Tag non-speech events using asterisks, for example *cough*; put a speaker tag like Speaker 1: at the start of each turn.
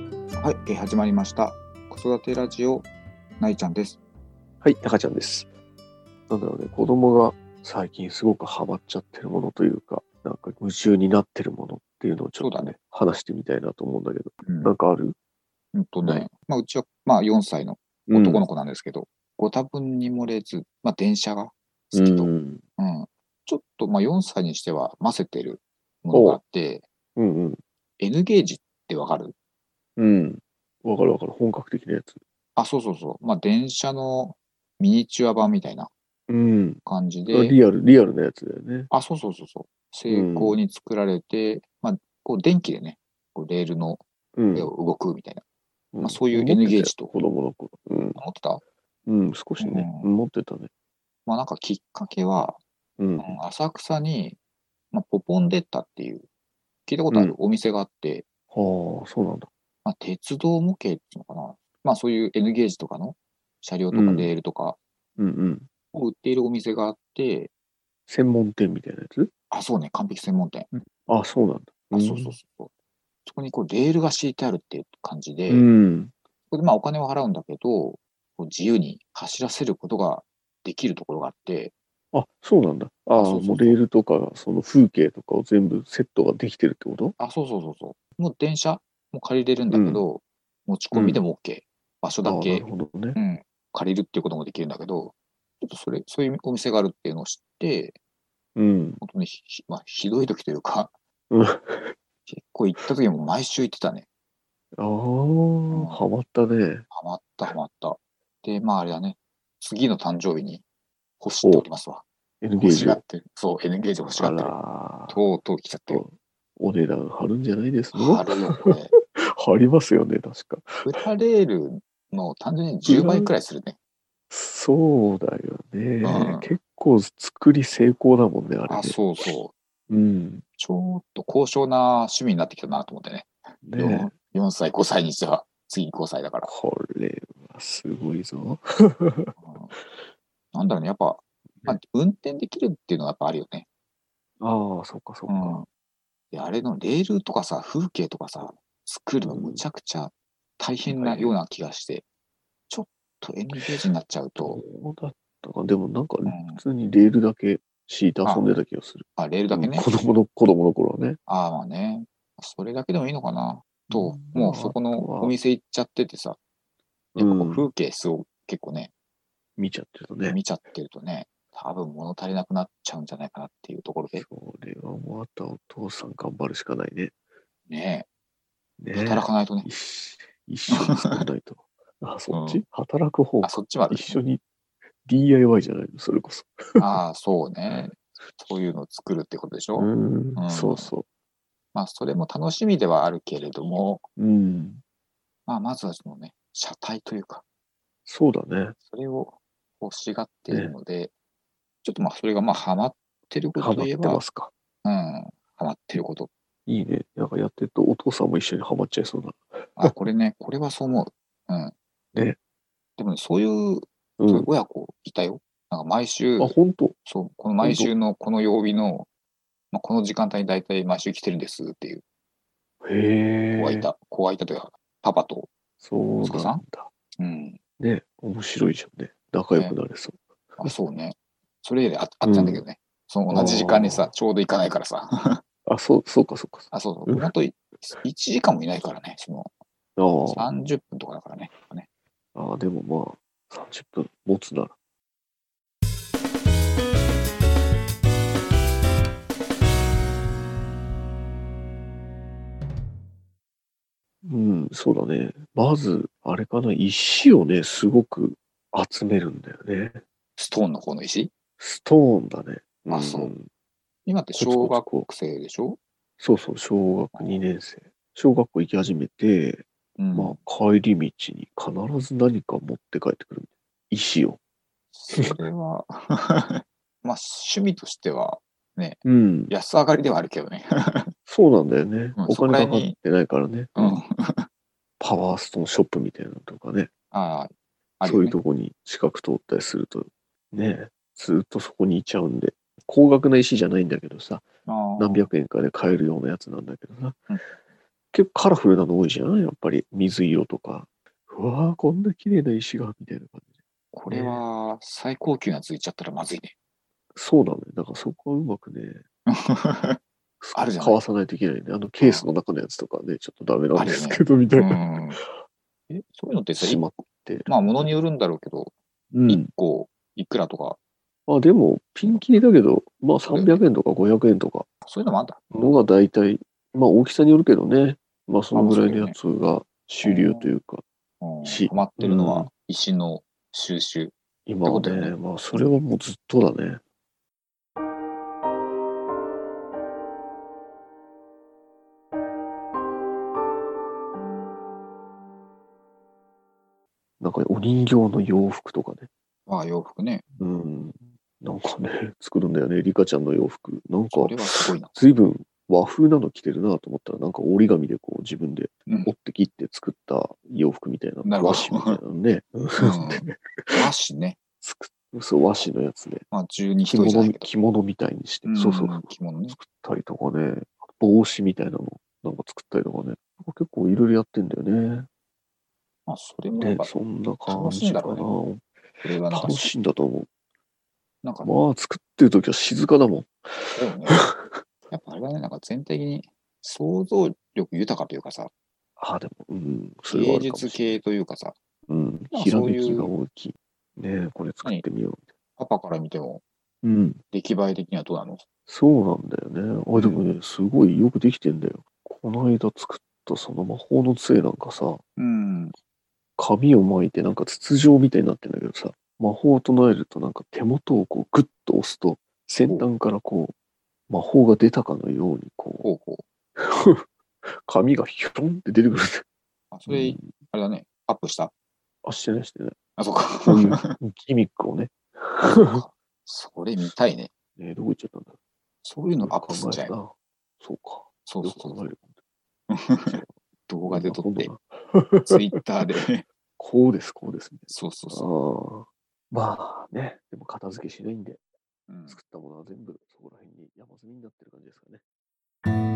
Speaker 1: えー始まりました子育てラジオないちゃんです
Speaker 2: はい、赤ちゃんです。なんだろうね、子供が最近すごくハマっちゃってるものというか、なんか夢中になってるものっていうのをちょ
Speaker 1: そ
Speaker 2: っと
Speaker 1: うだ
Speaker 2: ね、
Speaker 1: ね
Speaker 2: 話してみたいなと思うんだけど、
Speaker 1: うん
Speaker 2: なんかある
Speaker 1: うんとね、
Speaker 2: はい
Speaker 1: まあうちはまあ4歳の男
Speaker 2: の
Speaker 1: の子なんですけど、ご多分に漏れずまあ電車が
Speaker 2: う
Speaker 1: 好きと、うん
Speaker 2: ん、
Speaker 1: ちょっとまあ4歳にしては混せてるものがあって
Speaker 2: うん、うん
Speaker 1: N ゲージってわかる
Speaker 2: うん。わかるわかる、本格的なやつ。
Speaker 1: あそうそうそうまあ電車のミニチュア版みたいな
Speaker 2: うん。
Speaker 1: 感じで
Speaker 2: リアル、リアルなやつだよね。
Speaker 1: あ、そうそうそうそう。成功に作られて、まあ、こう電気でね、こうレールの
Speaker 2: うん。
Speaker 1: 上を動くみたいな。
Speaker 2: うん
Speaker 1: まあそういう
Speaker 2: 持ってた
Speaker 1: N ゲージと
Speaker 2: 子供の頃。うん。
Speaker 1: 思ってた
Speaker 2: うん、少しね、
Speaker 1: う
Speaker 2: 持ってたね。
Speaker 1: まあなんかきっかけは、
Speaker 2: うん。
Speaker 1: あの浅草に、まあ、ポポンデッタっていう、聞いたことあるお店があって、
Speaker 2: はあ、そうなんだ。
Speaker 1: まあ鉄道模型っていうのかな。まあそういう N ゲージとかの車両とか
Speaker 2: うん
Speaker 1: レールとか
Speaker 2: うんうん。
Speaker 1: を売っているお店があって、
Speaker 2: 専門店みたいなやつ
Speaker 1: あ、そうね、完璧専門店。
Speaker 2: あ、そうなんだ。
Speaker 1: あ、そうそうそう。そこにこうレールが敷いてあるっていう感じで、
Speaker 2: うん。
Speaker 1: これまあお金を払うんだけど、こう自由に走らせることができるところがあって、
Speaker 2: あ、そうなんだ。ああ、
Speaker 1: そうそうそう
Speaker 2: モデルとか、その風景とかを全部セットができてるってこと
Speaker 1: あ、そうそうそうそう。もう電車も借りれるんだけど、持ち込みでも OK。場所だ
Speaker 2: ああな
Speaker 1: け
Speaker 2: る、ほどね
Speaker 1: う。ん、借りるっていうこともできるんだけど、ちょっとそれ、そういうお店があるっていうのを知って、
Speaker 2: うん。
Speaker 1: 本当にひ,ひ、まあ、ひどい時というか、
Speaker 2: うん
Speaker 1: 結構行った時はもう毎週行ってたね。
Speaker 2: ああ、ハマったね。
Speaker 1: ハマったハマった。で、まああれだね、次の誕生日に欲しっておりますわ。
Speaker 2: N ゲー
Speaker 1: 欲し
Speaker 2: ジ
Speaker 1: が
Speaker 2: を。
Speaker 1: ってる。そう、N ゲージ欲しが
Speaker 2: あ
Speaker 1: ってる。
Speaker 2: らー
Speaker 1: とうとう来ちゃったよ。
Speaker 2: お値段張るんじゃないです
Speaker 1: あ
Speaker 2: か
Speaker 1: るよ、これ。
Speaker 2: 張りますよね、確か。
Speaker 1: 裏レールの単純に10倍くらいするね。
Speaker 2: そうだよ
Speaker 1: うん
Speaker 2: ね。結構作り成功だもんね、あ
Speaker 1: あ、
Speaker 2: れね。
Speaker 1: そうそう。
Speaker 2: うん。
Speaker 1: ちょっと高尚な趣味になってきたなと思ってね。
Speaker 2: ねえ
Speaker 1: 4, 歳、5歳にしては、次5歳だから。
Speaker 2: これはすごいぞ。
Speaker 1: うんなんだろうね、やっぱ、まあ、運転できるっていうのはやっぱあるよね。
Speaker 2: ああ、そっかそ
Speaker 1: う
Speaker 2: っか
Speaker 1: ん。。で、あれのレールとかさ、風景とかさ、作るのむちゃくちゃ大変なような気がして、ちょっと N ゲージになっちゃうと、
Speaker 2: どうだったか。でもなんか
Speaker 1: う
Speaker 2: ね
Speaker 1: ん
Speaker 2: 普通にレールだけ敷いて遊んでた気がする。
Speaker 1: あ、レールだけね
Speaker 2: うん。子供の、子供の頃はね。
Speaker 1: ああ、まあね。それだけでもいいのかな。と、
Speaker 2: うん
Speaker 1: もうそこのお店行っちゃっててさ、
Speaker 2: う、
Speaker 1: やっぱこうん風景すご結構ね、
Speaker 2: 見ちゃってたね。
Speaker 1: 見ちゃってるとね、多分物足りなくなっちゃうんじゃないかなっていうところで、
Speaker 2: それはもうあとはお父さん頑張るしかないね。
Speaker 1: ね
Speaker 2: ね
Speaker 1: え、働かないとね、
Speaker 2: 一緒一緒に作んないと。
Speaker 1: *laughs*
Speaker 2: あ、そっち、
Speaker 1: う
Speaker 2: 働く方
Speaker 1: あ、そっちまで、
Speaker 2: 一緒に DIY じゃないの、それこそ。
Speaker 1: *laughs* ああ、そうね。そういうのを作るってことでしょ、
Speaker 2: うん
Speaker 1: うん
Speaker 2: そうそ
Speaker 1: まあ、それも楽しみではあるけれども、
Speaker 2: う。うん。
Speaker 1: まあ、まずはそのね、車体というか、
Speaker 2: そうだね。
Speaker 1: それを欲しがっているので、ちょっとまあ、それがまあ、ハマってるこ
Speaker 2: ハ
Speaker 1: と
Speaker 2: マっ
Speaker 1: といえ
Speaker 2: て
Speaker 1: ば、
Speaker 2: ますか。
Speaker 1: うん、ハマってること。
Speaker 2: いいね。なんかやってるとお父さんも一緒にハマっちゃいそうな。
Speaker 1: あ、これね、これはそう思う。うん。
Speaker 2: ね
Speaker 1: でもね、そういう
Speaker 2: う。
Speaker 1: そういうん親子いたよ。なんか毎週
Speaker 2: あ、、本当
Speaker 1: そう、この毎週のこの曜日の、まあ、この時間帯に大体毎週来てるんですっていう
Speaker 2: へ
Speaker 1: 子がい
Speaker 2: え。
Speaker 1: た。子がいたというか、パパと。
Speaker 2: そう
Speaker 1: 息子
Speaker 2: な
Speaker 1: さ
Speaker 2: ん
Speaker 1: ん
Speaker 2: だ。
Speaker 1: うん。
Speaker 2: ね。面白いじゃんね。仲良くなれそう。
Speaker 1: あそうね。それ以来ああっちゃうんだけどね。その同じ時間に
Speaker 2: あ
Speaker 1: さ、ちょうど行かないからさ。
Speaker 2: あ、そう、そうか、そうか。
Speaker 1: あ、そうそうう。
Speaker 2: ん
Speaker 1: あと1時間もいないからね。その
Speaker 2: ああ
Speaker 1: 30分とかだからね。ね
Speaker 2: ああ、でもまあ、30分持つなら。うん、そうだね。まず、あれかな、石をね、すごく集めるんだよね。
Speaker 1: ストーンの方の石
Speaker 2: ストーンだね。
Speaker 1: あそうん今って小学生でしょ
Speaker 2: そうそう、小学2年生。小学校行き始めて、
Speaker 1: うん。
Speaker 2: まあ、帰り道に必ず何か持って帰ってくる。石を。
Speaker 1: それは、 *laughs* まあ趣味としては
Speaker 2: うん。
Speaker 1: 安上がりではあるけどね。
Speaker 2: そうなんだよね。
Speaker 1: うん
Speaker 2: お金かかってないからね。
Speaker 1: うん、
Speaker 2: パワーストーンショップみたいなのとかね
Speaker 1: ああ、あるよ
Speaker 2: そうい
Speaker 1: ね
Speaker 2: うとこに近く通ったりすると、ね、ずっとそこにいちゃうんで、高額な石じゃないんだけどさ、
Speaker 1: ああ
Speaker 2: 何百円かで買えるようなやつなんだけどな。
Speaker 1: うん
Speaker 2: 結構カラフルなの多いじゃんやっぱり水色とか。うわーこんな綺麗な石が、みたいな感じで。
Speaker 1: これは最高級なやついっちゃったらまずいね。
Speaker 2: そうなのよ。だからそこはうまくね、
Speaker 1: *laughs* あるじゃない
Speaker 2: かわさないといけないね。あのケースの中のやつとかね、ちょっとダメなんですけど、みた
Speaker 1: う
Speaker 2: いな。
Speaker 1: ん、えそういうのってさ、
Speaker 2: しまって。
Speaker 1: まあ、ものによるんだろうけど、
Speaker 2: う
Speaker 1: 1
Speaker 2: ん。
Speaker 1: 個いくらとか、
Speaker 2: あ、でも、ピンキリだけど、まあ300円とか500円とか
Speaker 1: そういうのもあんだ。
Speaker 2: のが大体、まあ大きさによるけどね、まあそのぐらいのやつが主流というか、
Speaker 1: うん、
Speaker 2: し
Speaker 1: ハマってるの
Speaker 2: うん
Speaker 1: は石の収集。
Speaker 2: 今は
Speaker 1: ってことだ
Speaker 2: ね、
Speaker 1: よ
Speaker 2: まあそれはもうずっとだね。なんかねお人形の洋服とかね。
Speaker 1: まあ、洋服ね。
Speaker 2: うん。なんかね、作るんだよね、リカちゃんの洋服。なんか
Speaker 1: こ、れはすごいな。
Speaker 2: 随分和風なの着てるなと思ったら、なんか折り紙でこう自分で
Speaker 1: うん
Speaker 2: 折って切って作った洋服みたいな、
Speaker 1: なるほど
Speaker 2: 和紙みたいなのね。
Speaker 1: 和紙ね。
Speaker 2: 作っそう、和紙のやつで、
Speaker 1: まあ、十二
Speaker 2: 着
Speaker 1: 人じゃない
Speaker 2: 物
Speaker 1: けど。
Speaker 2: 着物みたいにして、そうそう、
Speaker 1: ん
Speaker 2: 作っ
Speaker 1: 着物ね。
Speaker 2: たりとかね、帽子みたいなの、なんか作ったりとかね、結構いろいろやってんだよね。
Speaker 1: まあ、それもやっ
Speaker 2: ね
Speaker 1: ぱ、、
Speaker 2: そんな感
Speaker 1: 楽しい
Speaker 2: じ
Speaker 1: んだ
Speaker 2: か
Speaker 1: ろ
Speaker 2: な。
Speaker 1: これはなんか
Speaker 2: 楽、しいんだと思う。
Speaker 1: なんか、
Speaker 2: まあ、作ってる時は静かだもん。
Speaker 1: そうよね。やっぱあれだね、なんか全体的に想像力豊かというかさ、
Speaker 2: ああ、でも、うん、それはあ
Speaker 1: 芸
Speaker 2: るかもしれ
Speaker 1: 術
Speaker 2: ない
Speaker 1: 系というかさ、
Speaker 2: うん、
Speaker 1: まあ
Speaker 2: ひらめ
Speaker 1: そうい
Speaker 2: き
Speaker 1: う
Speaker 2: が大きい。ねえ、これ作ってみよ
Speaker 1: パパから見ても、
Speaker 2: う。うん、
Speaker 1: 出来栄え的にはどうなの
Speaker 2: そうなんだよね。あ、でもね、すごいよくできてんだよ。この間作ったその魔法の杖なんかさ、
Speaker 1: うん。
Speaker 2: 紙を巻いてなんか筒状みたいになってんだけどさ、魔法を唱えるとなんか手元をこうグッと押すと、先端からこう、魔法が出たかのようにこ
Speaker 1: ほうほう。
Speaker 2: う、紙がひょろんって出てくるんだよ。
Speaker 1: あ、それ、
Speaker 2: うん
Speaker 1: あれだね、アップした
Speaker 2: あ、してないしてない。
Speaker 1: あ、そうか。
Speaker 2: こういうギミックをね。
Speaker 1: それ見たいね。
Speaker 2: ねえどこ行っちゃったんだろ
Speaker 1: そういうの
Speaker 2: う。
Speaker 1: アップするんじゃない
Speaker 2: 考えたなそうか。
Speaker 1: そう
Speaker 2: よ
Speaker 1: そ
Speaker 2: く
Speaker 1: う
Speaker 2: 考
Speaker 1: そう。
Speaker 2: える。
Speaker 1: 動画で撮っ
Speaker 2: 今度
Speaker 1: て
Speaker 2: な、
Speaker 1: ツイッターで。
Speaker 2: こうです、こうです、みたい
Speaker 1: そうそう
Speaker 2: な。
Speaker 1: そ
Speaker 2: ああまあね、でも片付けしないんで、
Speaker 1: う。うん
Speaker 2: 作ったものは全部そこら辺に山積みになってる感じですかね。